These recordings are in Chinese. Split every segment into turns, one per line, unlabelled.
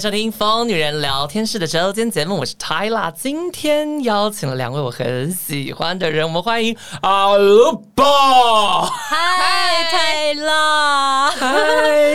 收听《疯女人聊天室》的周间节目，我是 Tyla。今天邀请了两位我很喜欢的人，我们欢迎阿鲁巴，
嗨，泰拉，
嗨，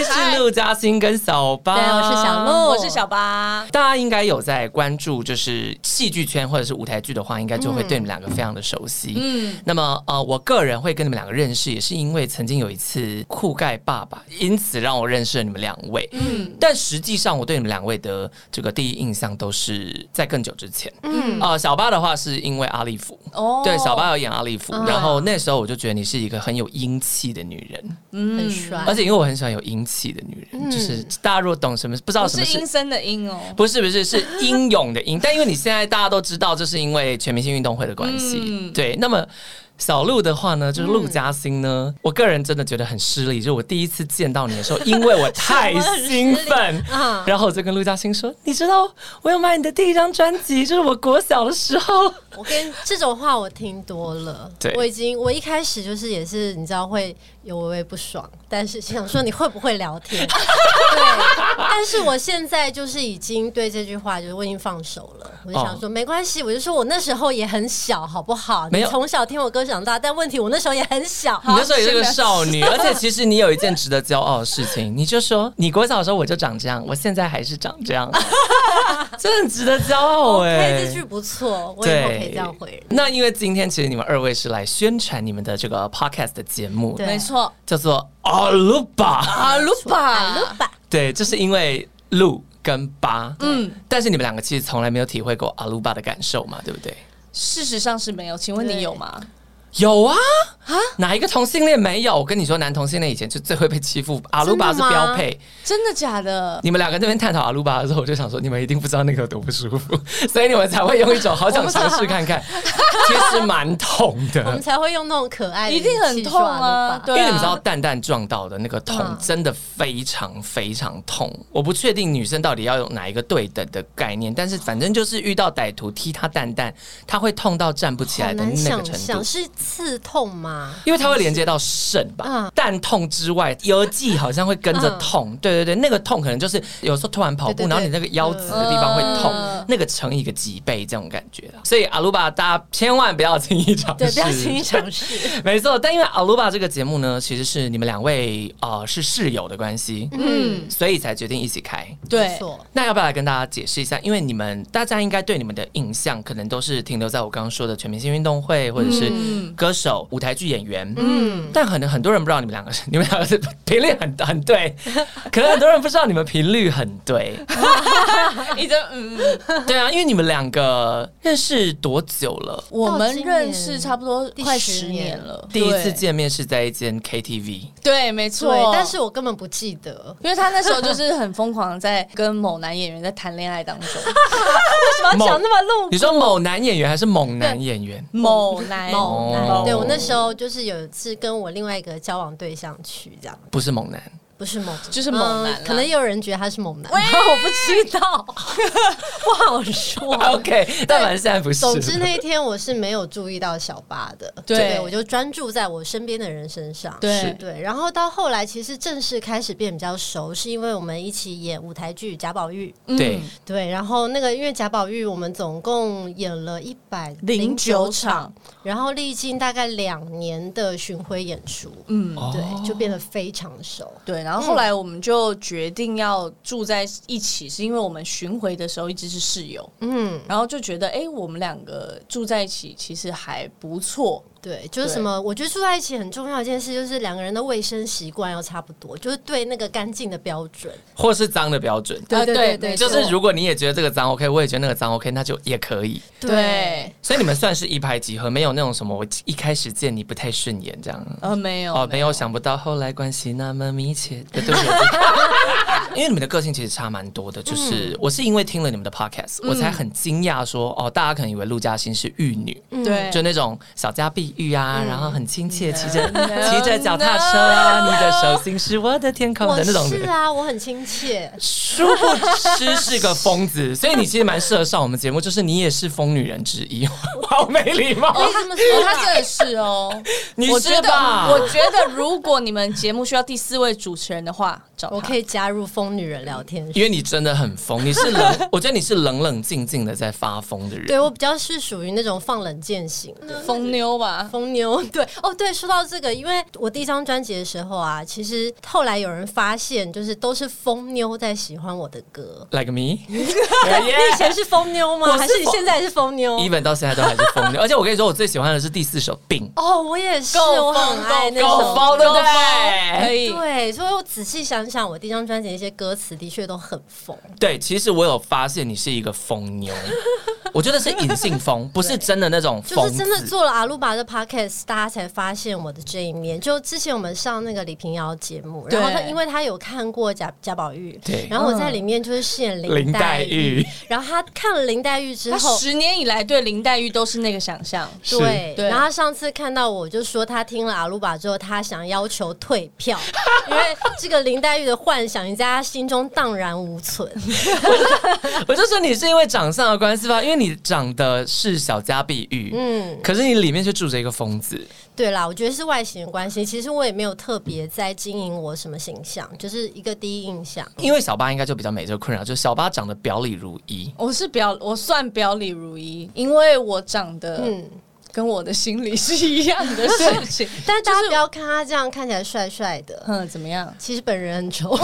是陆嘉欣跟小巴，
对，我是小鹿，
我是小八，
大家应该有在关注，就是戏剧圈或者是舞台剧的话，应该就会对你们两个非常的熟悉。嗯，那么呃，我个人会跟你们两个认识，也是因为曾经有一次酷盖爸爸，因此让我认识了你们两位。嗯，但实际上我对你们两位的这个第一印象都是在更久之前。嗯，呃，小八的话是因为阿利弗，
哦
对，小八有演阿利弗，然后那时候我就觉得你是一个很有英气的女人，
很帅
而且因为我很喜欢有英气的女人，就是大家如果懂什么，不知道
不
什么
是
是
阴森的阴哦，
不是不是，是英勇的英。但 因为你现在大家都知道，这是因为全明星运动会的关系。
嗯
对，那么小鹿的话呢，就是陆嘉欣呢，我个人真的觉得很失礼，就是我第一次见到你的时候，因为我太兴奋，然后我就跟陆嘉欣说：“你知道我有买你的第一张专辑，就是我国小的时候。
我跟这种话我听多了，
对
我已经我一开始就是也是你知道会有微微不爽，但是想说你会不会聊 天，对，但是我现在就是已经对这句话就是我已经放手了，我就想说、没关系，我就说我那时候也很小，好不好？
哦没
你
有
从小听我歌长大，但问题我那时候也很小，
你那时候也是个少女，而且其实你有一件值得骄傲的事情，你就说你国小的时候我就长这样，我现在还是长这样，真的很值得骄傲哎、
OK，这句不错，我以后可以这样回人。
那因为今天其实你们二位是来宣传你们的这个 podcast 的节目，
对
没错，
叫做阿鲁巴。
阿鲁
啊
巴，
，Lupa，
对，这是因为路跟巴，嗯，但是你们两个其实从来没有体会过阿鲁巴的感受嘛，对不对？
事实上是没有，请问你有吗？
有啊哪一个同性恋没有？我跟你说，男同性恋以前就最会被欺负，阿鲁巴是
真的吗
标配。
真的假的？
你们两个那边探讨阿鲁巴的时候，我就想说，你们一定不知道那个有多不舒服， 所以你们才会用一种好想尝试看 看，其实蛮痛的。
我们才会用那种可爱的语
一
气说
定
，“Alupa，
很痛啊！对
因为
啊，
你们知道蛋蛋撞到的那个痛
嗯
真的非常非常痛，我不确定女生到底要有哪一个对等的概念，但是反正就是遇到歹徒踢她蛋蛋，她会痛到站不起
好
来的
难
那个
想
程
象
度。
是刺痛吗？
因为它会连接到肾吧
嗯，
蛋痛之外，腰际好像会跟着痛，对对对，那个痛可能就是有时候突然跑
对对
步，
对
然后你那个腰子的地方会痛
嗯，
那个乘以个几倍这种感觉啦。所以阿鲁巴，大家千万不要轻易尝试，
对，不要轻易尝试。
没错，但因为阿鲁巴这个节目呢，其实是你们两位啊、呃是室友的关系，
嗯，
所以才决定一起开。
没
对，
错
那要不要来跟大家解释一下？因为你们大家应该对你们的印象，可能都是停留在我刚刚说的全明星运动会，或者是
嗯
歌手、舞台剧演员。嗯，但可能很多人不知道你们两个是，你们两个是频率很很 对，可能很多人不知道你们频率很对。
你的嗯，
对啊，因为你们两个认识多久了？
我们
今年
认识差不多
第
快
十
十
年
年了，
第一次
对，
见面是在一间 KTV。
对，没
对
错，，
但是我根本不记得。
因为他那时候就是很疯狂，地在跟某男演员在谈恋爱当中，为什么要讲那么露？
你说某男演员还是猛男演员？
某男
哦
某男，对我那时候就是有一次跟我另外一个交往对象去，这样
不是猛男，
不是猛，呃
就是猛男啦
可能也有人觉得他是 猛男，
哦
我不知道，不好说。
OK，但反正现在不是。
哦总之那一天我是没有注意到小八的，
对
我就专注在我身边的人身上。
是
对
对，然后到后来其实正式开始变比较熟，是因为我们一起演舞台剧《贾宝玉》。
对，
对，然后那个因为贾宝玉，我们总共演了一百
零九
场
场，
然后历经大概两年的巡回演出，
嗯
哦
对，就变得非常熟。
对，然后后来我们就决定要住在一起，是因为我们巡回的时候一直是室友，
嗯，
然后就觉得哎、诶我们两个住在一起其实还不错。
对，就是
对
什么，我觉得住在一起很重要的一件事，就是两个人的卫生习惯要差不多，就是对那个干净的标准。
或是脏的标准。
对
啊
对对
对
对，
没
就
错
是如果你也觉得这个脏 OK，我也觉得那个脏 OK，那就也可以。
对
对，
所以你们算是一拍即合，没有那种什么我一开始见你不太顺眼这样。
呃，没有，
哦，没有想不到后来关系那么密切，对对对。因为你们的个性其实差蛮多的，就是、我是因为听了你们的 podcast，、我才很惊讶说，哦，大家可能以为陆嘉欣是玉女，
嗯
对，
就那种小家碧玉啊，然后很亲切，骑着
No，
骑着脚踏车啊，你的手心是我的天空
我
的嗯那种
是
人。
啊，我很亲切。
殊不知是个疯子，所以你其实蛮适合上我们节目，就是你也是疯女人之一， 哎好没礼貌。
为什
哦，
么
他真的是哦，
你
我
是
觉得，
吧
我觉得如果你们节目需要第四位主持人的话，找他
我可以加入疯疯女人聊天室。
因为你真的很疯，你是冷， 我觉得你是冷冷静静的在发疯的人。
对我比较是属于那种放冷箭型的
疯妞 吧，
疯妞。对，哦，对，说到这个，因为我第一张专辑的时候啊，其实后来有人发现，就是都是疯妞在喜欢我的歌。
Like me，
你以前是疯妞
我
吗？
是
还是你现在是疯妞？
even 到现在都还是疯的。而且我跟你说，我最喜欢的是第四首《病
哦，我也是，
够
我
疯
很爱那
够
首
疯
歌
对不对
可以，
对，所以我仔细想想，我第一张专辑的一些歌词的确都很疯。》。
对，其实我有发现你是一个疯妞，我觉得是隐性疯，不是真的那种
就
疯
是
子。
真的做了阿鲁巴的 podcast，大家才发现我的这一面。就之前我们上那个李平遥节目，然后他
对
因为他有看过贾贾宝玉，
对
然后我在里面就是饰演
林黛
黛
玉，
然后他看了林黛玉之
他
后。
十年以来对林黛玉都是那个想象，
是
对，
对
然后他上次看到我就说他听了阿鲁巴之后，他想要求退票，因为这个林黛玉的幻想已在他心中荡然无存。
我就说你是因为长相的关系吧，因为你长得是小家碧玉，嗯，可是你里面却住着一个疯子。
对啦，我觉得是外形的关系，其实我也没有特别在经营我什么形象，就是一个第一印象。
因为小八应该就比较没这个困扰，就是小八长得表里如一。
我是表，我算表里如一，因为我长得
嗯，
跟我的心理是一样的事情。
但大
就
家
是
不要看他这样看起来帅帅的，
嗯，怎么样？
其实本人很丑。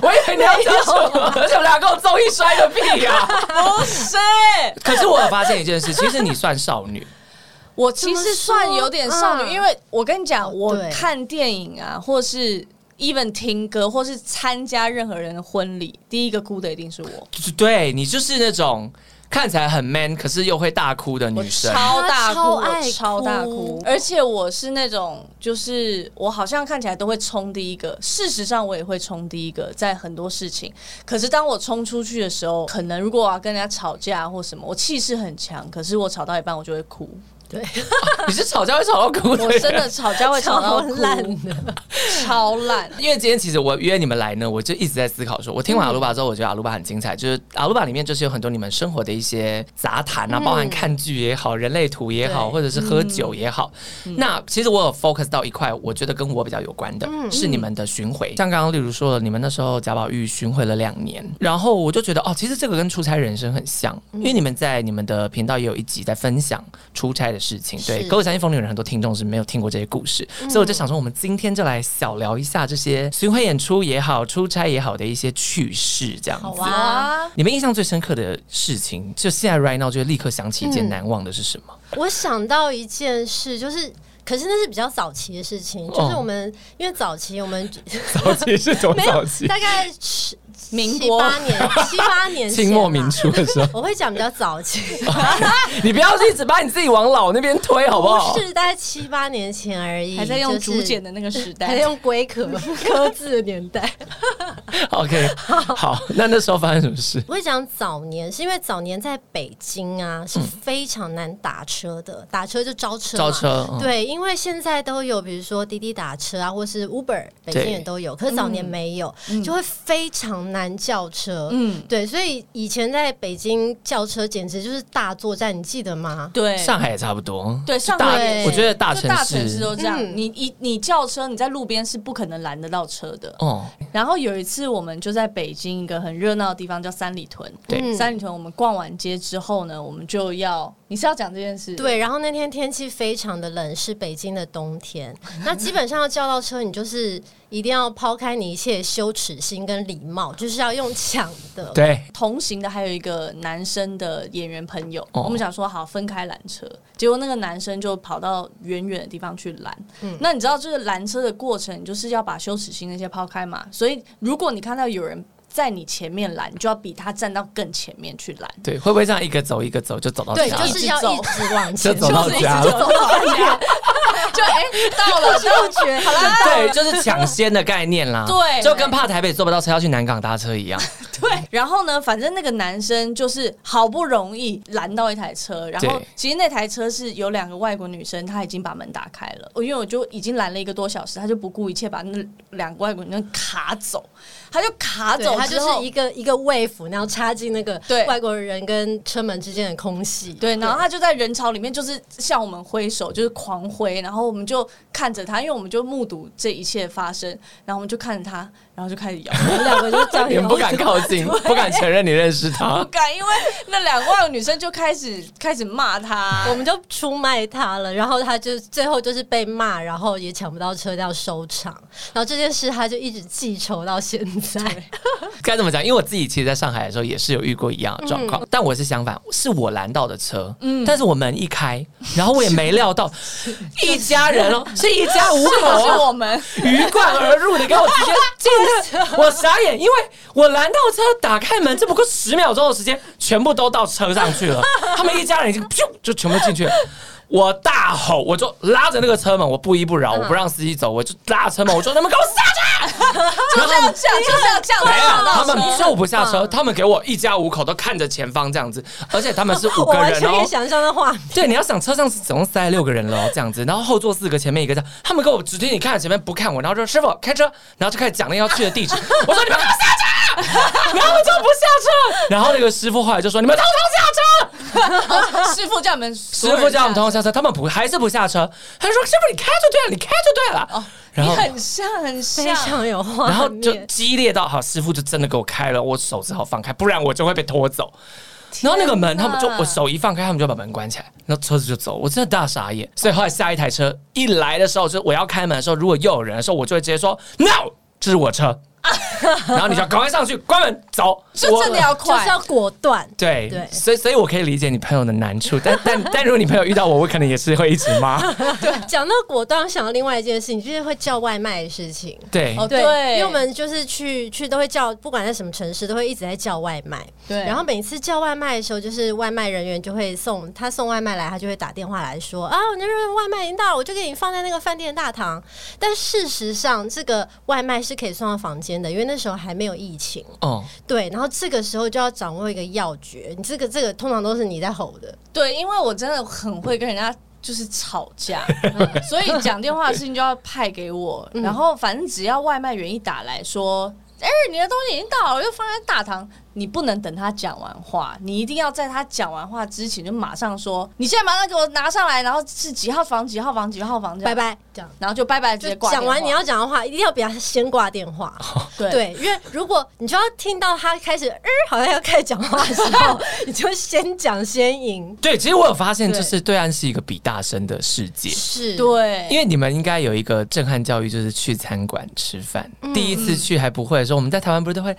我以为你要讲什么，而且我俩跟我综艺摔个屁啊！
不是，
可是我有发现一件事，其实你算少女，
我其实算有点少
嗯
女，因为我跟你讲，我
对
看电影啊，或是 even 听歌，或是参加任何人的婚礼，第一个哭的一定是我，
对你就是那种看起来很 man，可是又会大哭的
我
女生。
超大哭，
她超
我
爱
超大
哭
哭，而且我是那种，就是我好像看起来都会冲第一个，事实上我也会冲第一个，在很多事情。可是当我冲出去的时候，可能如果我要跟人家吵架或什么，我气势很强，可是我吵到一半我就会哭，
对，
你是吵架会吵到哭的
我
人
真的吵架会吵到
超
哭
烂
超烂。
因为今天其实我约你们来呢，我就一直在思考说，我听完阿鲁巴之后，我觉得阿鲁巴很精彩，就是阿鲁巴里面就是有很多你们生活的一些杂谈啊，包含看剧也好，人类图也好，
对
或者是喝酒也好。那其实我有 focus 到一块，我觉得跟我比较有关的是你们的巡回，像刚刚例如说了，你们那时候贾宝玉巡回了两年，然后我就觉得哦，其实这个跟出差人生很像，因为你们在你们的频道也有一集在分享出差的事情，对，
是
可我相信疯女人很多听众是没有听过这些故事，所以我就想说，我们今天就来小聊一下这些巡回演出也好、出差也好的一些趣事，这样
好
子。
啊
哇！
你们印象最深刻的事情，就现在 right now 就立刻想起一
嗯
件难忘的是什么？
我想到一件事，就是。可是那是比较早期的事情，
哦
就是我们、因为早期我 们
早期是多
没有？大概十
民
七
国
八年七八年前
清末
啦
民初的时候，
我会讲比较早期，
你不要一直把你自己往老那边推， 好不好？
不是大概七八年前而已，
还在用
就是
竹简的那个时
还在
代，
用龟壳 刻字的年代。
OK，好，那那时候发生什么事？
我会讲早年，是因为早年在北京啊是非常难打车的，打车就招
嗯
车嘛，
招车嗯
对，因为现在都有，比如说滴滴打车啊，或是 Uber，北京也都有，可是早年没有，
嗯
就会非常难叫车。
嗯，
对，所以以前在北京叫车简直就是大作战，你记得吗？
对，
上海也差不多，
对上
大
海也
是
我觉得大
就
城
大城市
市，
都这样，
嗯
你一你叫车，你在路边是不可能拦得到车的。
哦，
然后有一次，我们就在北京一个很热闹的地方叫三里屯。
对
嗯
三里屯，我们逛完街之后呢，我们就要，你是要讲这件事？，
对，然后那天天气非常的冷，是北京的冬 天。那基本上要叫到车，你就是一定要抛开你一切羞耻心跟礼貌，就是要用抢的。
对，
同行的还有一个男生的演员朋友，
哦
我们想说好分开拦车，结果那个男生就跑到远远的地方去拦。
嗯
那你知道这个拦车的过程，你就是要把羞耻心那些抛开嘛。所以如果你看到有人在你前面拦，你就要比他站到更前面去拦。
对，会不会这样一个走一个走就走到
哦
对，
家
就
了
是要一直往
就
前
走到家
就
了？
走到家，就哎、到了，
不觉好啦，
对，就是抢先的概念 啦。
对
就跟怕台北坐不到车要去南港搭车一样。
对，然后呢，反正那个男生就是好不容易拦到一台车，然后
对
其实那台车是有两个外国女生，她已经把门打开了，哦因为我就已经拦了一个多小时，她就不顾一切把那两个外国女生卡走，她就卡
对，
走
它
之
就是
后
一。个一个 wave，然后插进那个
对
外国人跟车门之间的空隙。
对，然后她就在人潮里面，就是向我们挥手，就是狂挥，然后我们就看着她，因为我们就目睹这一切发生，然后我们就看着她，然后就开始摇。
我们两个就这
哎
样
你们不敢
摇
靠 近，不敢承认你认识他
不。敢，因为那两万女生就开始开始骂他，
我们就出卖他了，然后他就最后就是被骂，然后也抢不到车要收场，然后这件事他就一直记仇到现在。
该怎么讲？因为我自己其实在上海的时候也是有遇过一样的状况，但我是相反，是我拦到的车，但是我门一开，然后我也没料到，一家人哦，是一家五口
是
哦，
我们。
鱼贯而入的，给我直接进来，我傻眼，因为我拦到车，打开门，这不过十秒钟的时间，全部都到车上去 了，他们一家人已经 咻就全部进去了。我大吼，我就拉着那个车门，我不依不饶，我不让司机走，我就拉着车 门，我说：“你们给我下 去！”然后他们
这样就是要这 样
没有，
才
他
抢到
们
车。
就不下车，他们给我一家五口都看着前方这样子，而且他们是 五 个
我完
人
全可以
哦。
想象那画面，
对，你要想车上是总共塞六个人了哦，这样子，然后后座四个，前面一个这样，他们给我指定你看着前面不看我，然后说师傅开车，然后就开始讲那要去的地址，我说你们给我下车，然后就不下车，然后那个师傅后来就说你们通通下车，
师傅叫我们，师
师傅叫我们通通下车，他们不还是不下车，他就说师傅你开就对了，你开就对了，
哦，你
然后
很像，很
非
像。
常有画 面。
然后就激烈到好，师傅就真的给我开了，我手只好放开，不然我就会被拖走。然后那个门，他们就我手一放开，他们就把门关起来，然后车子就走，我真的大傻眼。所以后来下一台车一来的时候，就是我要开门的时候，如果又有人的时候，我就会直接说 “no”，这是我车，然后你就赶快上去关门走。
就
我
真的要
就是
快
要，果断。
对
对
所以所以我可以理解你朋友的难处，但 但但如果你朋友遇到我，我可能也是会一直骂。
讲到果断，我想到另外一件事情，就是会叫外卖的事情。
对，
哦
对，
对
因为我们就是去去都会叫，不管在什么城市，都会一直在叫外卖。
对
然后每次叫外卖的时候，就是外卖人员就会送他送外卖来，他就会打电话来说啊，我那边外卖已经到了，我就给你放在那个饭店大堂。但事实上，这个外卖是可以送到房间的，因为那时候还没有疫情。
哦，
对，然后这个时候就要掌握一个要诀，你这个这个通常都是你在吼的，
对，因为我真的很会跟人家。就是吵架，嗯 所以讲电话的事情就要派给我。然后反正只要外卖员一打来说：“哎、你的东西已经到了，又放在大堂。”你不能等他讲完话，你一定要在他讲完话之前就马上说：“你现在马上给我拿上来，然后是几号房、几号房、几号房。”
拜，拜，这样。
然后就拜啊拜，直
就
接挂电
讲
话。
完你要讲的话，一定要比他先挂电话。
对
对，因为如果你就要听到他开始，呃，好像要开始讲话的时候，你就先讲先赢。
对，其实我有发现，就是对岸是一个比大声的世界。
是，
对，
因为你们应该有一个震撼教育，就是去餐馆吃饭。第一次去还不会的时候，我们在台湾不是都会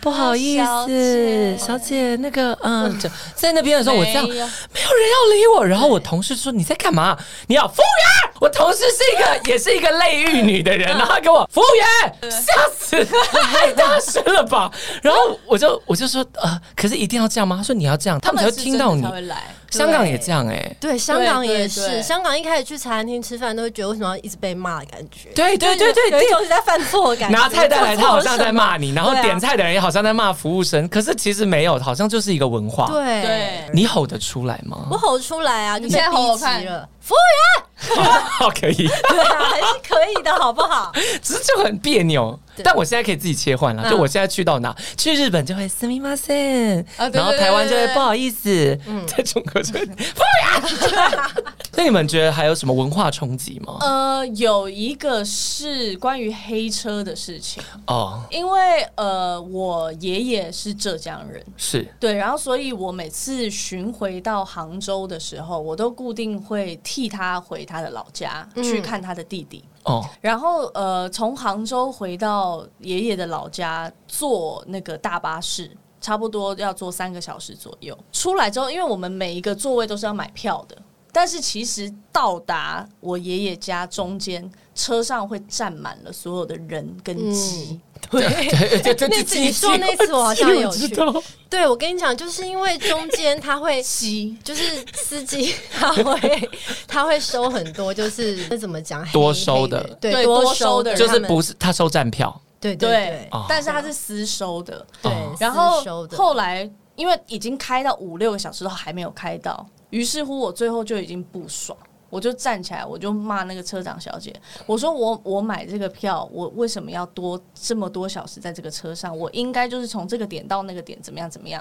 不好意
小
思
姐，
哦小姐，那个嗯，就在那边的时候，我这样没有
没
人
有
要理我，然后我同事说你在干嘛？你要服务员，我同事是一个也是一个类玉女的人，然后她给我服务员，吓死，太大声了 吧？然后我就我就说呃，可是一定要这样吗？他说你要这样，他们才会
是
听到你
真的才。会来。
香港也这样哎、欸。
对，香港也
对
是，
对
香港一开始去餐厅吃饭都会觉得为什么要一直被骂的感觉。
对对对对，
有一种是在犯错的感觉。
拿菜单来，他好像在骂你，然后
对啊
点菜的人也好像在骂服务生，可是其实没有，好像就是一个文化。
对
对
你吼得出来吗
我？吼出来啊，就被
现在吼
逼
我
急
看
了，服务
好，可以，
员，对啊，还是可以的，好不好？
只是就很别扭。但我现在可以自己切换了，就我现在去到哪，去日本就会すみません
啊，对
然后
对对
台湾就会
对对
不好意思，在中国就会服务员。那你们觉得还有什么文化冲击吗？
呃，有一个是关于黑车的事情，
哦，
因为呃，我爷爷是浙江人，
是
对，然后所以我每次巡回到杭州的时候，我都固定会替他回他的老家、去看他的弟弟。
哦，
然后呃，从杭州回到爷爷的老家，坐那个大巴士。差不多要坐三个小时左右。出来之后，因为我们每一个座位都是要买票的，但是其实到达我爷爷家中间，车上会站满了所有的人跟鸡。
对对对，
那次你说那次我好像有去
知道
对，我跟你讲，就是因为中间他会
鸡
就是司机他会他会收很多，就是那怎么讲
多
黑黑
收的
的，对
对
多
多
收
收
的
的
他
就
们，
是不是他收站票，
对对
对
对，
哦
但是它是私收的。
对
哦，
然后
私收的
后来因为已经开到五六个小时都还没有开到，于是乎我最后就已经不爽。我就站起来，我就骂那个车长小姐，我说我我买这个票，我为什么要多这么多小时在这个车上？我应该就是从这个点到那个点，怎么样怎么样？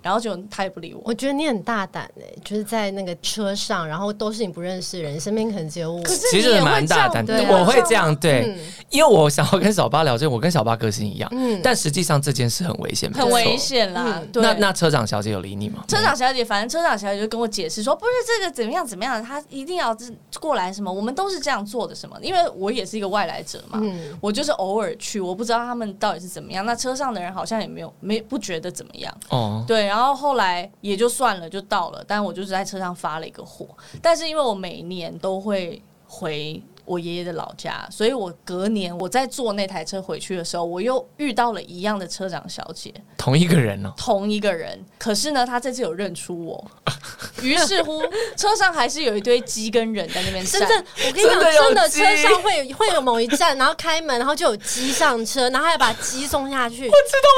然后就他也不理我。
我觉得你很大胆哎、就是在那个车上，然后都是你不认识的人，身边可能只有我。
可是
其
你
实
也会
蛮
这
大
样
胆
对
的，
啊
我会这样对
嗯，
因为我想要跟小八聊这个，我跟小八个性一样，
嗯
但实际上这件事很危险，没
很
错
危。险啦。
嗯
对，
那那车长小姐有理你吗？
车长小姐，反正车长小姐就跟我解释说，不是这个怎么样怎么样，她一定要这过来什么，我们都是这样做的什么，因为我也是一个外来者嘛。
嗯，
我就是偶尔去，我不知道他们到底是怎么样。那车上的人好像也没有没不觉得怎么样，
哦，
对。然后后来也就算了，就到了。但我就是在车上发了一个火，但是因为我每年都会回我爷爷的老家，所以我隔年我在坐那台车回去的时候，我又遇到了一样的车长小姐。
同一个人 哦，
同一个人，可是呢，他这次有认出我， 于是乎车上还是有一堆鸡跟人在那边
真
站
的，，我跟你讲，
真的有
真的
鸡
车上会有会有某一站，然后开门，然后就有鸡上车，然后还要把鸡送下 去。
知道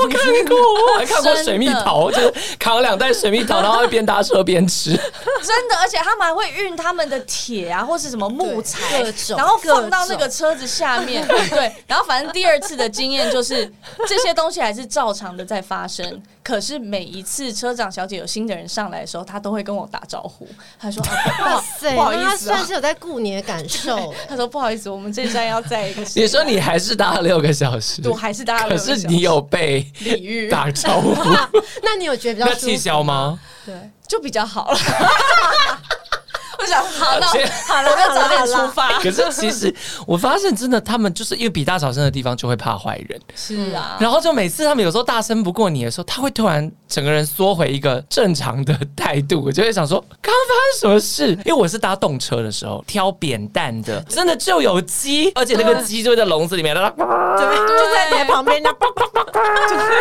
我看过，我 还看过
真的
水蜜桃，就是扛两袋水蜜 桃，然后边搭车边吃。
真的，而且他们还会运他们的铁啊，或是什么木材，
对各种
然后放到那
各
个
种
车子下面。 对，然后反正第二次的经验就是这些东西还是照常的在发生，可是每一次车长小姐有新的人上来的时候，她都会跟我打招呼，她 说：“啊、
哇
不好
塞，
不好意
那他
思、啊”
算。是有在顾你的感 受。
她说：“不好意思，我们这一站要再一个。”
你说你还是搭了六个小时，
我还是搭了
可
六个小时，
是你有被
礼遇
打招呼，
那啊你有觉得比
那
较舒
气
服？
消吗？
对，就比较好了。我想好了，好了，
好
那
了
早点
好了
出发。
可是其实我发现，真的他们就是因为比大小声的地方就会怕坏人，
是啊，
然后就每次他们有时候大声不过你的时候，他会突然整个人缩回一个正常的态度，我就会想说，刚刚发生什么事？因为我是搭动车的时候挑扁担的，
嗯
真的就有鸡，而且那个鸡就会在笼子里面，
啊
对，就在你的旁边， 然后啪啪啪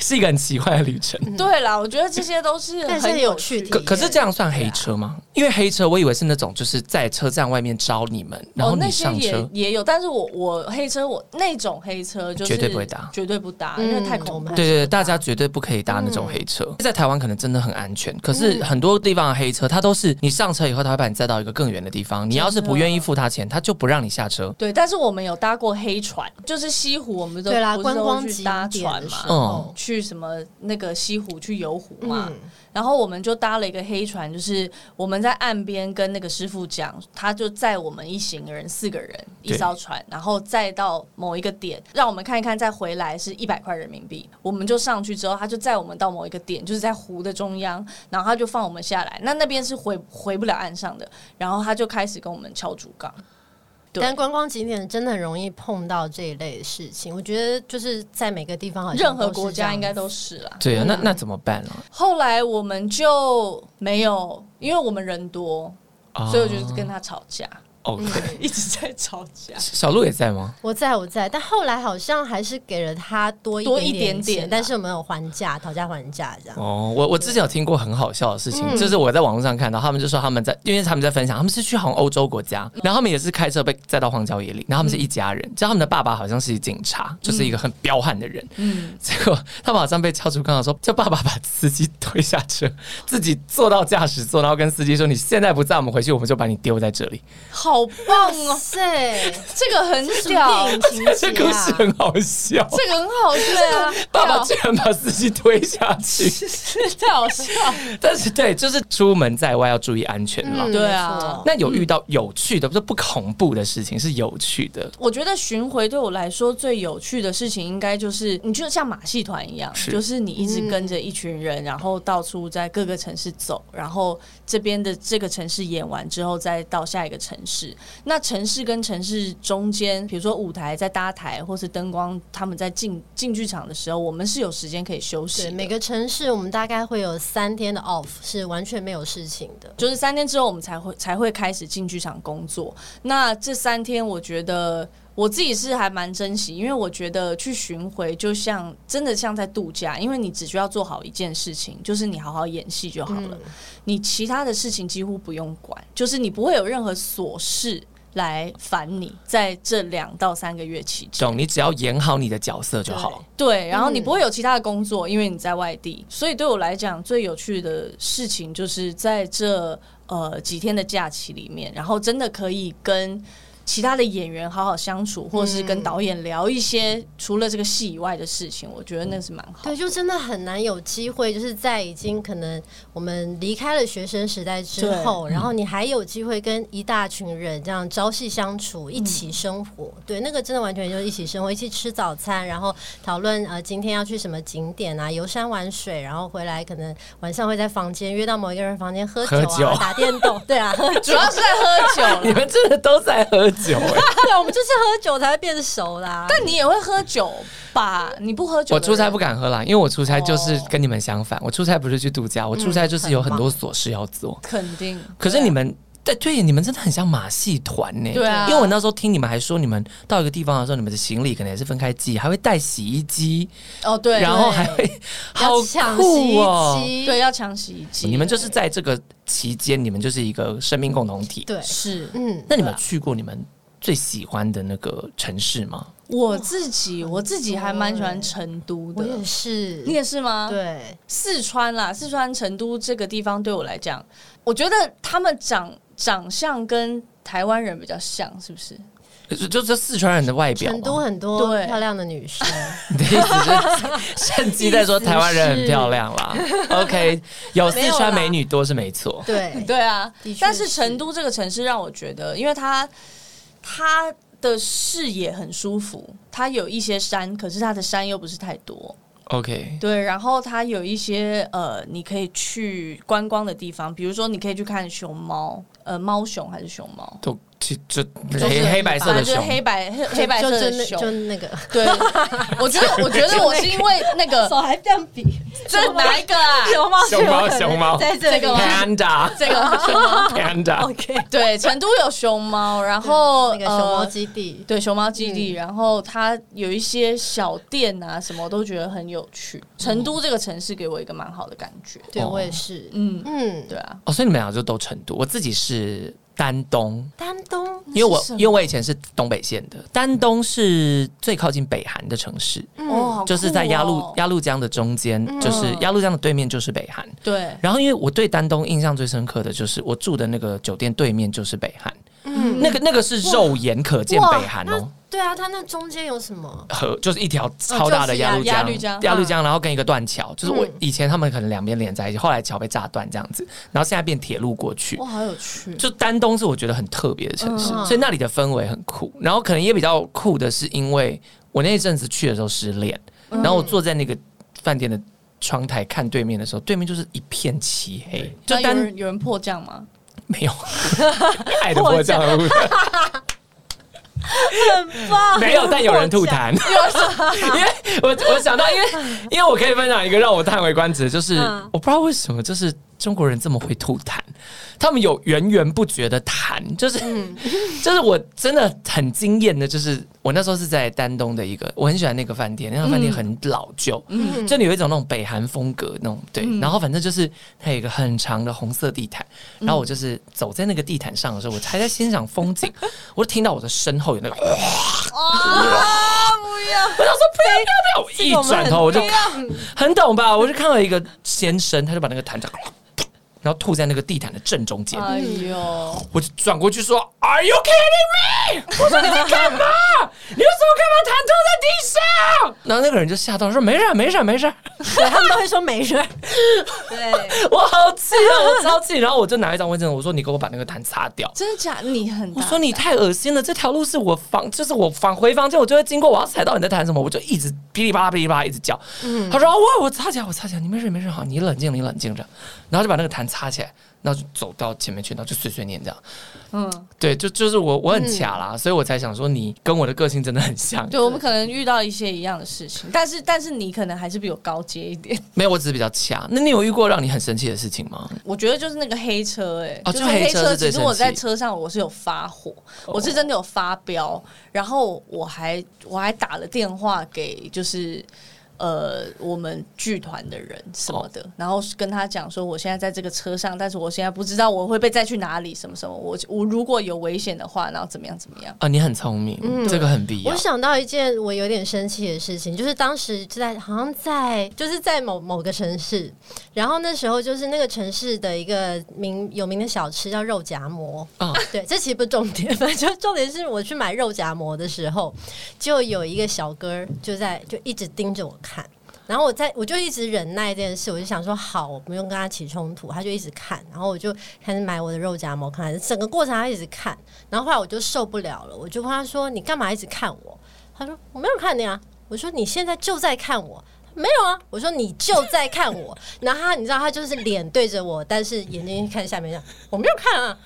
是一个很奇怪的旅 程。
对啦，我觉得这些都是
但是
很
很有趣
的
的
可可是这样算黑车吗？
啊
因为黑车我以为是那种就是在车站外面招你们，然后
哦、那
你
些
上车
也。也有，但是我我黑车我那种黑车就是
绝对不会搭
绝对不搭，
嗯
因为太恐怖。
我们
对对对，大家绝对不可以搭那种
嗯
黑车。在台湾可能真的很安全，可是很多地方的黑车，它都是你上车以后，它会把你载到一个更远的地方。你要是不愿意付他钱，他就不让你下车。
对，但是我们有搭过黑船，就是西湖，我们都
对啦，
不是
观
都
光
会
景
去搭
点
船
的时
嘛，
候，
去什么那个西湖去游湖嘛。
嗯，
然后我们就搭了一个黑船，就是我们在岸边跟那个师傅讲，他就载我们一行人四个人一
对
艘船，然后再到某一个点，让我们看一看，再回来是一百块人民币。我们就上去之后，他就载我们到某一个点，就是在湖的中央，然后他就放我们下来。那那边是回回不了岸上的，然后他就开始跟我们敲竹杠。对
但观光景点真的很容易碰到这一类的事情。我觉得就是在每个地方，好像
任何
都是
国
这样
家应该都是啦。
对啊，那那怎么办啊？
后来我们就没有，因为我们人多，
啊
所以我
哦
就跟他吵架，
OK，
一直在吵架。
小鹿也在吗？
我在我在，但后来好像还是给了他多
多一
一
点
点
点
钱
啊
但是我们有还价，讨价还价这样。
哦，我我之前有听过很好笑的事情，就是我在网络上看到他们就说他们在，因为他们在分享，他们是去好像欧洲国家，然后他们也是开车被载到荒郊野岭，然后他们是一家人，就他们的爸爸好像是警察，就是一个很彪悍的人，嗯， 结果他们好像被敲竹杠的时候，叫爸爸把司机推下车，自己坐到驾驶座，然后跟司机说：“你现在不载我们回去，我们就把你丢在这里。
好棒
哇
哦，
塞，
这个很
什
屌
么，电影情节
这故事
啊？
很好笑，
这个很好笑啊，
爸爸
屌
居然把司机推下去。
太好笑，
但是对，就是出门在外要注意安全啦。
嗯
对啊。
那有遇到有趣的，不是不恐怖的事情，是有趣的。
我觉得巡回对我来说最有趣的事情，应该就是你就像马戏团一样，
是
就是你一直跟着一群人，然后到处在各个城市走，然后这边的这个城市演完之后，再到下一个城市。那城市跟城市中间，比如说舞台在搭台，或是灯光，他们在进进剧场的时候，我们是有时间可以休息
对，
的。
每个城市我们大概会有三天的 off，是完全没有事情的。
就是三天之后我们才会才会开始进剧场工作。那这三天，我觉得我自己是还蛮珍惜，因为我觉得去巡回就像真的像在度假，因为你只需要做好一件事情，就是你好好演戏就好了，你其他的事情几乎不用管，就是你不会有任何琐事。来烦你，在这两到三个月期间，
懂？你只要演好你的角色就好了。
对，然
嗯
后你不会有其他的工作，因为你在外地。所以对我来讲，最有趣的事情就是在这呃几天的假期里面，然后真的可以跟。其他的演员好好相处，或者是跟导演聊一些除了这个戏以外的事情，我觉得那是蛮好的。
对，就真的很难有机会，就是在已经可能我们离开了学生时代之后，然后你还有机会跟一大群人这样朝夕相处，一起生活。对，那个真的完全就是一起生活，一起吃早餐，然后讨论呃今天要去什么景点啊，游山玩水，然后回来可能晚上会在房间约到某一个人房间喝酒啊，
喝酒
打电动，对啊，喝
主
酒。
要是在喝酒
你
啦，
们真的都在喝酒哎、
对，我们就是喝酒才会变熟啦。
但你也会喝酒吧？你不喝酒
我
的人，
出差不敢喝啦，因为我出差就是
哦
跟你们相反，我出差不是去度假，我出差就是有很多琐事要做。
肯定。
可是你们。对对，你们真的很像马戏团呢。
对啊
因为我那时候听你们还说，你们到一个地方的时候，你们的行李可能也是分开寄，还会带洗衣机，
哦，对，
然后还会 好
要抢洗
酷哦
衣！机，
对要抢洗衣机，
你们就是在这个期间，你们就是一个生命共同体。
对，
是
嗯，
那你们有去过你们最喜欢的那个城市吗？
我自己，我自己还蛮喜欢成都
我
的。
也是，
你也是吗？
对，
四川啦，四川成都这个地方对我来讲，我觉得他们长长相跟台湾人比较像，是不是？
就就是四川人的外表吗。
成都 很多
对
漂亮的 女生，
你的意思是趁机在说台湾人很漂亮啦。OK，有四川美女多是没错。
对，
对啊
的确，
但是成都这个城市让我觉得，因为它它的视野很舒服，它有一些山，可是它的山又不是太多。
OK，
对，然后它有一些呃，你可以去观光的地方，比如说你可以去看熊猫，呃，猫熊还是熊猫，
都就就
就是
黑黑白色
反
的
正就是
熊，
黑白黑
就
黑白色
就
的
那
熊
就。那个，
对，我觉得，我觉得我是因为那 个，
还这样比，
这哪一个啊？
熊猫
熊猫熊猫
在这
这个吗
panda
这个熊猫，
panda，
，OK，
对，成都有熊猫，然后
那个熊猫
呃
基地，
对熊猫基地，然后它有一些小店啊，什么我都觉得很有趣。成都这个城市给我一个蛮好的感觉。
对
哦
我也是，
嗯，
嗯，
对啊，
哦，所以你们俩就都成都。我自己是丹东，
丹东，
因为我
是什么
因为我以前是东北县的，丹东是最靠近北韩的城市，
哦，嗯好
嗯就是在鸭绿
酷哦
鸭绿江的中间，就是鸭绿江的对面就是北韩。
对，
然后，因为我对丹东印象最深刻的就是我住的那个酒店对面就是北韩，
嗯，
那个那个是肉眼可见
哇
北韩
那
哦，
对啊，它那中间有什么？
河就是一条超大的
哦就是鸭
鸭绿江，
鸭绿江嗯
然后跟一个断桥，就是我
嗯
以前他们可能两边连在一起，后来桥被炸断这样子，然后现在变铁路过去。
哇，好有趣。
就丹东是我觉得很特别的城市，
嗯
所以那里的氛围很酷。然后可能也比较酷的是，因为我那一阵子去的时候失恋，
嗯
然后我坐在那个饭店的窗台看对面的时候，对面就是一片漆黑，就
那有
丹
人有人迫降吗？
没有爱的迫降而无没有，但有人吐痰。因为我我想到，因为因为我可以分享一个让我叹为观止，的就是、
嗯
我不知道为什么，就是中国人这么会吐痰，他们有源源不绝的痰，就是、
嗯
就是我真的很惊艳的，就是我那时候是在丹东的一个，我很喜欢那个饭店，那个饭店很老旧，
嗯
这里有一种那种北韩风格那种对，
嗯
然后反正就是它有一个很长的红色地毯，然后我就是走在那个地毯上的时候，我还在欣赏风景， 我就听到我的身后 有那个，我
啊，不要！
想说不要不要不要，我一转头我就
嗯
很懂吧？我就看到一个先生，他就把那个痰讲， 然后吐在那个地毯的正中间，
哎呦，
我就转过去说：“Are you kidding me？” 我说：“你在干嘛？你为什么干嘛痰吐在地上？”然后那个人就吓到说：“没事儿，没事儿，没事儿。”
对他们都会说没事儿，对，
我好气啊，我超气！然后我就拿一张卫生纸，我说：“你给我把那个痰擦掉。”
真的假？你很
我
大
说你太恶心了，这条路是我房，就是我房回房间，我就会经过，我要踩到你在谈什么，我就一直噼里啪啦噼里啪啦一直叫。他说哦哇，我擦起来，我擦起来，你没事没事，好，你冷静你冷静着，然后就把那个痰擦起来，然后就走到前面去，然后就碎碎念这样。
嗯，
对，就就是我我很卡啦，所以我才想说你跟我的个性真的很像。
对，我们可能遇到一些一样的事情，但是但是你可能还是比我高阶一点。
没有，我只是比较卡。那你有遇过让你很生气的事情吗？
我觉得就是那个黑车、欸，哎、
哦
就
就是黑车是
其
最
实我
生气哦
在车上我是有发火，我是真的有发飙，然后我还我还打了电话给就是。呃我们剧团的人什么
哦
的，然后跟他讲说我现在在这个车上，但是我现在不知道我会被载去哪里，什么什么，我我如果有危险的话，然后怎么样怎么样。
啊，你很聪明，
嗯
这个很必要
我。想到一件我有点生气的事情，就是当时就在好像在就是在某某个城市，然后那时候就是那个城市的一个名有名的小吃叫肉夹馍，
啊
对，这其实不是重点，反正重点是我去买肉夹馍的时候，就有一个小哥儿就在就一直盯着我看。然后我在我就一直忍耐这件事，我就想说好，我不用跟他起冲突，他就一直看，然后我就开始买我的肉夹馍看，整个过程他一直看，然后后来我就受不了了，我就跟他说你干嘛一直看我？他说我没有看你啊，我说你现在就在看我。没有啊！我说你就在看我， 然后他你知道他就是脸对着我，但是眼睛看下面这样，我没有看啊，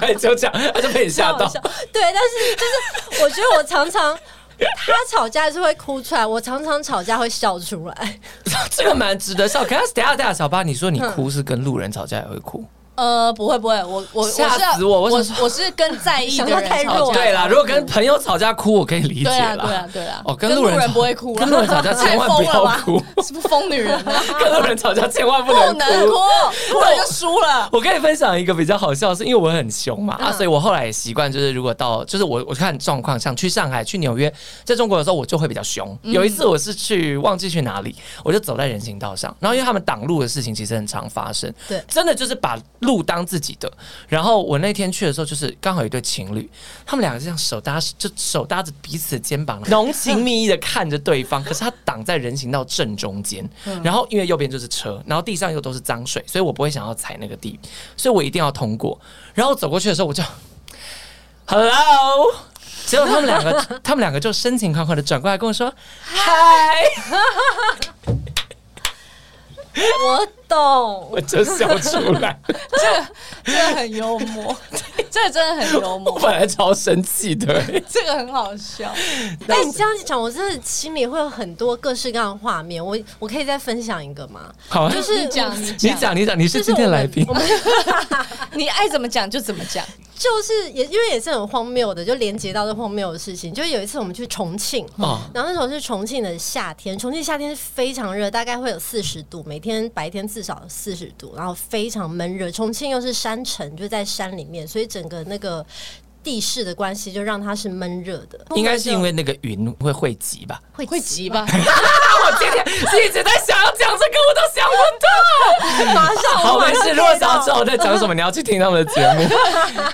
哎，就这样，他就被你 吓
好
到。
笑。对，但是就是我觉得我常常他吵架是会哭出来，我常常吵架会笑出来。
这个蛮值得笑。可是等一下等一下，小八，你说你
嗯
哭是跟路人吵架也会哭？
呃，不会不会，我我我是
吓死我
我
我想
我是跟在意的
想
人
到太
吵
弱
架
了
哦对啦，如果跟朋友吵架哭，我可以理解
啊
啦。
对啊对啊对啊，
哦跟
跟
路人吵
不会哭啊，
跟路人吵 架千万不要哭
太疯了吧是不是疯女人 啊？
跟路人吵架千万不
不
能
能
哭
哭。，哭了就输了。
我跟你分享一个比较好笑的是，因为我很凶嘛，啊，所以我后来也习惯，就是如果到，就是我我看状况，像去上海、去纽约，在中国的时候，我就会比较凶。有一次我是去忘记去哪里，我就走在人行道上，然后因为他们挡路的事情其实很常发生，
对
真的就是把路当自己的。然后我那天去的时候，就是刚好有一对情侣，他们两个这样手搭就手搭着彼此的肩膀，浓情蜜意的看着对 方，可是他挡在人行道正中间，然后因为右边就是车，然后地上又都是脏水，所以我不会想要踩那个地，所以我一定要通过。然后走过去的时候，我就 Hello。结果他们两个，他们两个就深情款款的转过来跟我说：“嗨。”
我懂，
我就笑出来，
这个很幽 默，这个真的很幽
我
默，
本来超生气的、欸
这个很好笑。
但哎你这样讲，我真的心里会有很多各式各样的画面。我我可以再分享一个吗？
好啊，
就是
你讲
你讲，你讲，你是今天的来宾
我，们
你爱怎么讲就怎么讲。
就是也因为也是很荒谬的，就连接到这荒谬的事情。就有一次我们去重庆，
哦
然后那时候是重庆的夏天，重庆夏天是非常热，大概会有四十度，每天白天至少四十度，然后非常闷热。重庆又是山城，就在山里面，所以整个那个地势的关系，就让它是闷热的。
应该是因为那个云会汇集吧。
会
会急吧？
我哦今天是一直在想要讲这个，我都想不
马上
到。好，
我马
没
上
事，如果想要知道我在讲什么，你要去听他们的节目。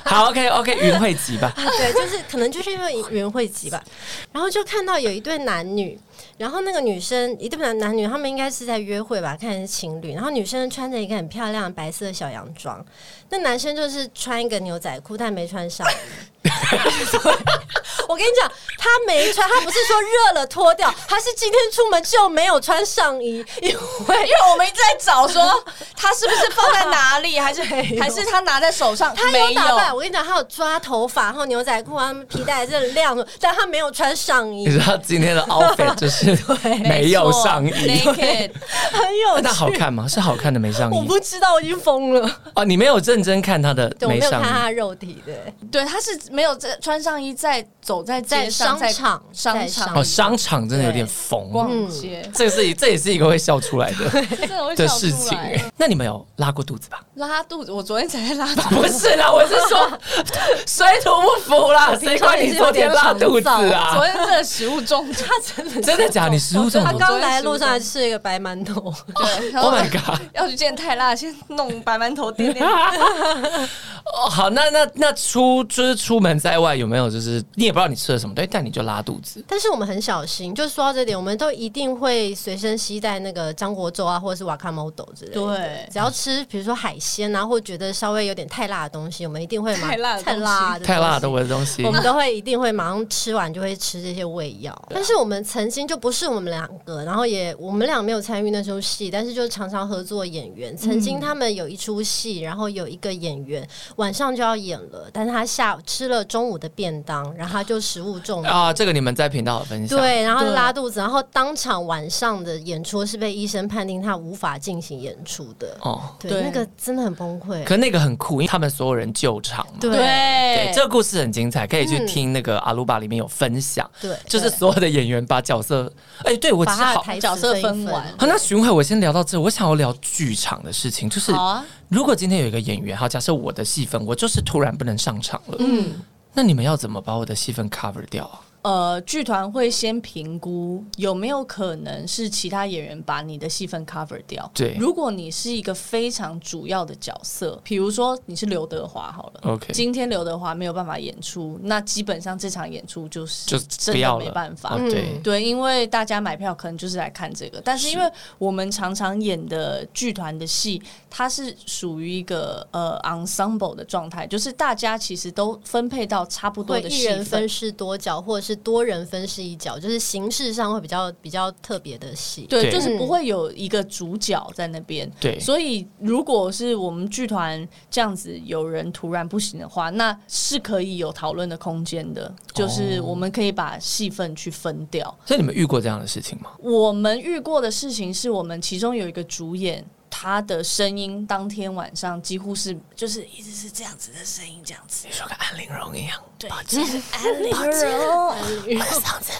好，OK，OK，云会集吧。
对，就是可能就是因为云会集吧，然后就看到有一对男女，然后那个女生一对男男女，他们应该是在约会吧，看是情侣，然后女生穿着一个很漂亮的白色小洋装，那男生就是穿一个牛仔裤，但没穿上衣。 我跟你讲，他没穿，他不是说热了脱掉，他是今天出门就没有穿上衣，因为
因为我们一直在找说他是不是放在哪 里，还是还是他拿在手上？
他有
没
打扮，
有，
我跟你讲，他有抓头发，然后牛仔裤啊，皮带还是很亮的，但他没有穿上衣
你。知道今天的 outfit 就是没有上衣，哦
错 naked，
很有
那
趣
好看吗？是好看的没上
我
衣
不知道，我已经疯了。
哦，你没有认真看他的
对，我没
没
有看
上
他
衣。
的肉体，对，
对，他是没有在穿上衣在走在街
在
上，
商场，
商
在
场
哦，商场真的有点疯，
逛街，
这是这也是一个会笑出来的
真的会
嗯的
笑
事
出
情
来。。
那你们有拉过肚子吧？
拉肚子，我昨天才在拉肚 子。
不是啦，我是 说水土不服啦，谁管你昨天拉肚子
昨
啊？
天真的食物中毒，
他真的
真的假的？你食物中
他
毒
我昨天
刚来
食物
路上还
中
吃了一个白馒头，
对，然后
？Oh my god！
要去见太辣，先弄白馒头垫垫。
哦，好，那那那出就是出门在外有没有就是你也不知道你吃了什么，对，但你就拉肚子。
但是我们很小心。就说到这点，我们都一定会随身携带那个张国粥啊，或者是瓦卡毛豆之类的。
对
只要吃比如说海鲜啊，或觉得稍微有点太辣的东西，我们一定会
太
买
辣的
太
东西
辣的
太辣的
东西
我的东西
我，们都会一定会马上吃完就会吃这些胃药。但是我们曾经就不是我们两个，然后也我们俩没有参与那出戏，但是就常常合作演员。曾经他们有一出戏，然后有一个演员晚上就要演了，但是他下吃了中午的便当，然后他就就食物中毒。
啊，这个你们在频道有分享。
对，然后
对
拉肚子，然后当场晚上的演出是被医生判定他无法进行演出的。
哦，
对，
对
那个真的很崩溃。
可那个很酷，因为他们所有人救场嘛。
对
对，这个故事很精彩，可以去
嗯
听那个阿鲁巴里面有分享，
对
就是所有的演员把角色，哎，对我其
把
实
他的
好
台词
角色
分一
分完
好，那巡回我先聊到这，我想要聊剧场的事情，就是、
好啊
如果今天有一个演员，好，假设我的戏份我就是突然不能上场了，
嗯，
那你们要怎么把我的戏份 cover 掉啊？
呃，剧团会先评估有没有可能是其他演员把你的戏份 cover 掉。
对
如果你是一个非常主要的角色，比如说你是刘德华好了
OK
今天刘德华没有办法演出，那基本上这场演出就是
就
真
不要
的
了
没办法。嗯
哦对，
对，因为大家买票可能就是来看这个，但是因为我们常常演的剧团的戏，它是属于一个呃 ensemble 的状态，就是大家其实都分配到差不多
会
的
一
戏
人
份
分。饰多角，或者是多人分饰一角，就是形式上会比较比较特别的戏。
对，
对
就是
嗯
不会有一个主角在那边。
对
所以如果是我们剧团这样子，有人突然不行的话，那是可以有讨论的空间的，就是我们可以把戏份去分掉。
所以你们遇过这样的事情吗？
我们遇过的事情是我们其中有一个主演，他的声音当天晚上几乎是就是一直是这样子的声音，这样子
你。说跟安陵容一样，
对，就是安陵容，
我的嗓子，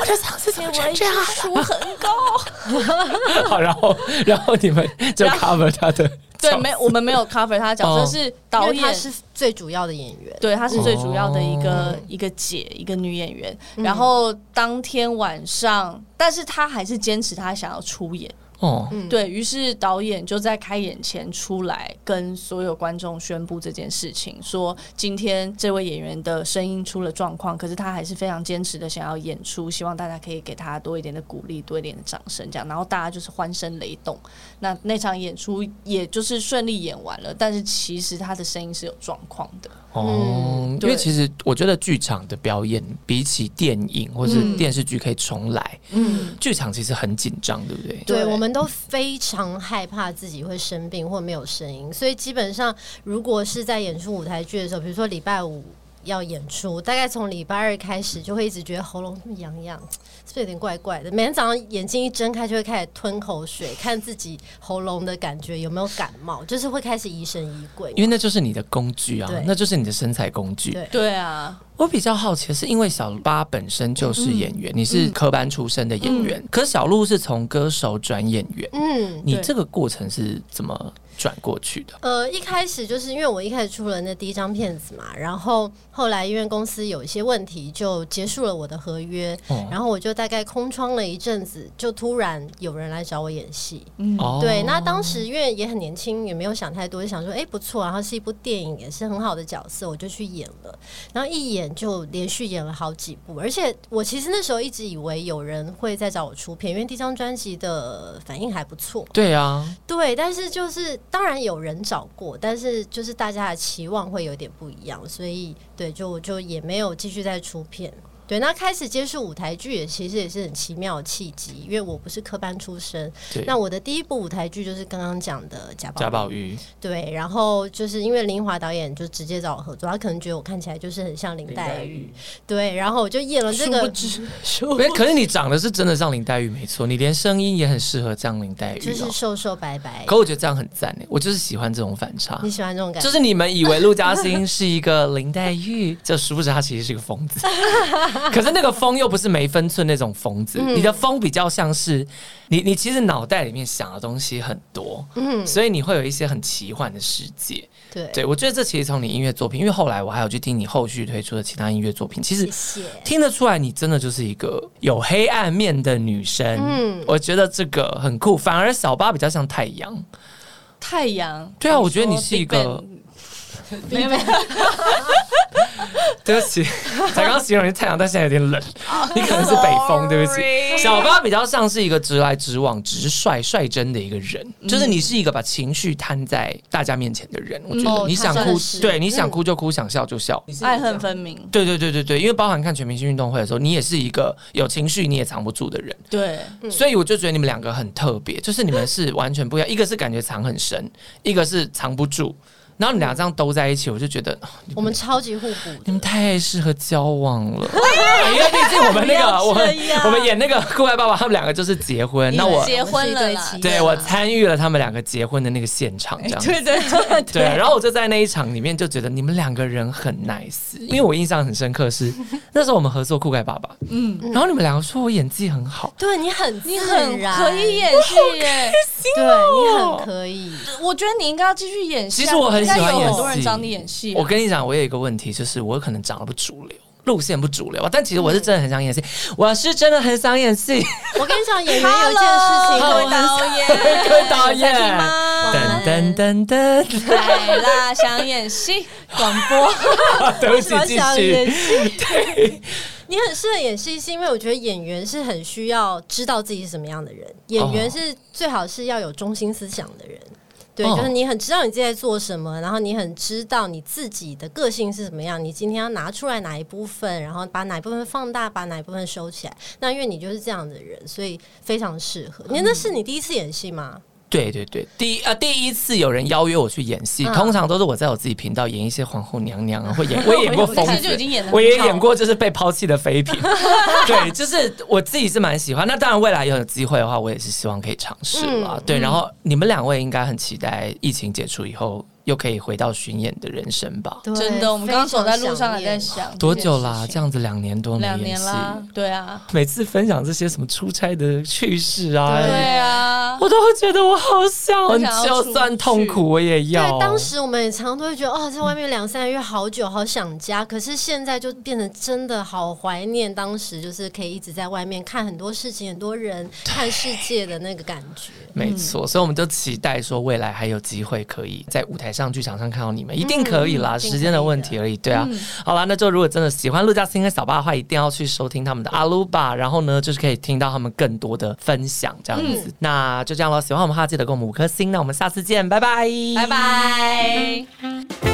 我的嗓子怎么
我一直说很高。
好， 然后然后你们就 cover 他的角色，
对，没，我们没有 cover 他的角
哦
色，是
因
导
为他
演
是最主要的演员。
对，她是最主要的一个、一个姐，一个女演员。然后当天晚上，但是她还是坚持她想要出演。
哦，
对于是导演就在开演前出来跟所有观众宣布这件事情，说今天这位演员的声音出了状况，可是他还是非常坚持的想要演出，希望大家可以给他多一点的鼓励，多一点的掌声，这样，然后大家就是欢声雷动。那那场演出也就是顺利演完了，但是其实他的声音是有状况的。
哦，因
嗯对
为其实我觉得剧场的表演比起电影或
嗯
是电视剧可以重来，嗯，剧场其实很紧张，对不对？
对，
对
我们都非常害怕自己会生病或没有声音，所以基本上如果是在演出舞台剧的时候，比如说礼拜五要演出，大概从礼拜二开始就会一直觉得喉咙这么痒痒，是不是有点怪怪的？每天早上眼睛一睁开就会开始吞口水，看自己喉咙的感觉有没有感冒，就是会开始疑神疑鬼
因。为那就是你的工具啊
对，
那就是你的身材工具。
对
对啊，
我比较好奇的是，因为小八本身就是演
嗯
员，你是科班出身的演员，可小鹿是从歌手转演员，
嗯，
你
对
这个过程是怎么转过去的？
呃，一开始就是因为我一开始出了那第一张片子嘛，然后后来因为公司有一些问题，就结束了我的合约，
哦
然后我就大概空窗了一阵子，就突然有人来找我演戏。
嗯
哦
对，那当时因为也很年轻，也没有想太多，就想说，哎、不错，然后是一部电影，也是很好的角色，我就去演了。然后一演就连续演了好几部，而且我其实那时候一直以为有人会再找我出片，因为第一张专辑的反应还不错。
对啊，
对，但是就是当然有人找过，但是就是大家的期望会有点不一样，所以对，就就也没有继续再出片。对，那开始接触舞台剧也其实也是很奇妙的契机，因为我不是科班出身，
对，
那我的第一部舞台剧就是刚刚讲的《贾宝》。
贾宝 玉
对，然后就是因为林华导演就直接找我合作，他可能觉得我看起来就是很像林黛玉，，对，然后我就演了这
殊
个
不，知
没，可是你长得是真的像林黛玉，没错，你连声音也很适合这样林黛玉、哦。
就是瘦瘦白白，
可我觉得这样很赞欸诶，我就是喜欢这种反差
你。喜欢这种感觉
就？是你们以为陆嘉欣是一个林黛玉，就殊不知她其实是个疯 子。可是那个疯又不是没分寸那种疯子，你的疯比较像是你，你其实脑袋里面想的东西很多，
嗯，
所以你会有一些很奇幻的世界。
对，
对我觉得这其实从你音乐作品，因为后来我还有去听你后续推出的其他音乐作品，其实
谢谢。
听得出来，你真的就是一个有黑暗面的女生。嗯，我觉得这个很酷，反而小八比较像太阳。
太阳。
对啊我觉得
说
你是一
Big Bang
个
没有没有，
对不 起，才刚形容你太阳，但现在有点冷。
哦
你可能是北风，对不 起。小八比较像是一个直来直往、直率、率真的一个人，
嗯
就是你是一个把情绪摊在大家面前的人。我觉得
哦
你想
他
哭
算，是嗯
对，你想哭就哭，想笑就笑。
爱恨分明。
对对对对对，因为包含看全明星运动会的时候，你也是一个有情绪你也藏不住的人。
对，
所以我就觉得你们两个很特别，就是你们是完全不一样，一个是感觉藏很深，一个是藏不住。然后你们俩这样兜在一起，我就觉得哦你
我们超级互补
你
的
们。太适合交往 了，因为毕竟我们那
不
个
要
我们
这样
我们演那个酷爱爸爸，他们两个就是结婚，那我
结婚了啦
我们是一对情
对
人
我参与了他们两个结婚的那个现场，这样子。
哎对对
对，然后我就在那一场里面就觉得你们两个人很 nice，因为
嗯
我印象很深刻是那时候我们合作《酷盖爸爸》，嗯，然后你们两个说我演技很好，
对你很
你
自
很
然
可以，演戏耶，
对你很可以。
我觉得你应该要继续演戏啊。
其实我很喜欢
应该有
演
很
戏
多人找你演戏啊。
我跟你讲，我有一个问题，就是我可能长得不主流，路线不主流，但其实我是真的很想演戏，
嗯
我是真的很想演 戏。
我跟你讲，演员有一件事
各
情，
各
位
位
导演，
各位导演
有在听吗
噔噔噔噔，
来啦，想演戏，广播
对不起，
我
继
想演
续。
戏。你很适合演戏，是因为我觉得演员是很需要知道自己是什么样的人，演员是最好是要有中心思想的人。对，
哦
就是你很知道你自己在做什么，然后你很知道你自己的个性是什么样，你今天要拿出来哪一部分，然后把哪一部分放大，把哪一部分收起来。那因为你就是这样的人，所以非常适合。你那是你第一次演戏吗？
对对对，第一啊、第一次有人邀约我去演戏，
嗯
通常都是我在我自己频道演一些皇后娘娘 啊，或演我也演过
我
疯
其实
子，
就已经演得很
我也
好
演过就是被抛弃的妃 嫔，对，就是我自己是蛮喜欢。那当然未来有机会的话，我也是希望可以尝试啦。
嗯
对，然后你们两位应该很期待疫情解除以后又可以回到巡演的人生吧？
对
真的，我们刚刚走在路上还
非
在
常想念
想
多久啦、这
这样
样子两年多没
两
演
年
戏，
啦，对啊，
每次分享这些什么出差的趣事啊，
对
对 啊，
我都会觉得我好想，
我想要
就算痛苦我也要。
对，当时我们也常常都会觉得，哦，在外面两三个月好久，好想家。可是现在就变得真的好怀念当时，就是可以一直在外面看很多事情、很多人、看世界的那个感觉。
没错，所以我们就期待说未来还有机会可以在舞台上、剧场上看到你们，一定可以啦，
一定可以
时间的问题而已。对啊，好啦，那就如果真的喜欢陆嘉欣跟小巴的话，一定要去收听他们的阿鲁巴，然后呢，就是可以听到他们更多的分享这样子。那就这样咯，喜欢我们的话记得给我们五颗星，那我们下次见，拜拜，
拜。拜。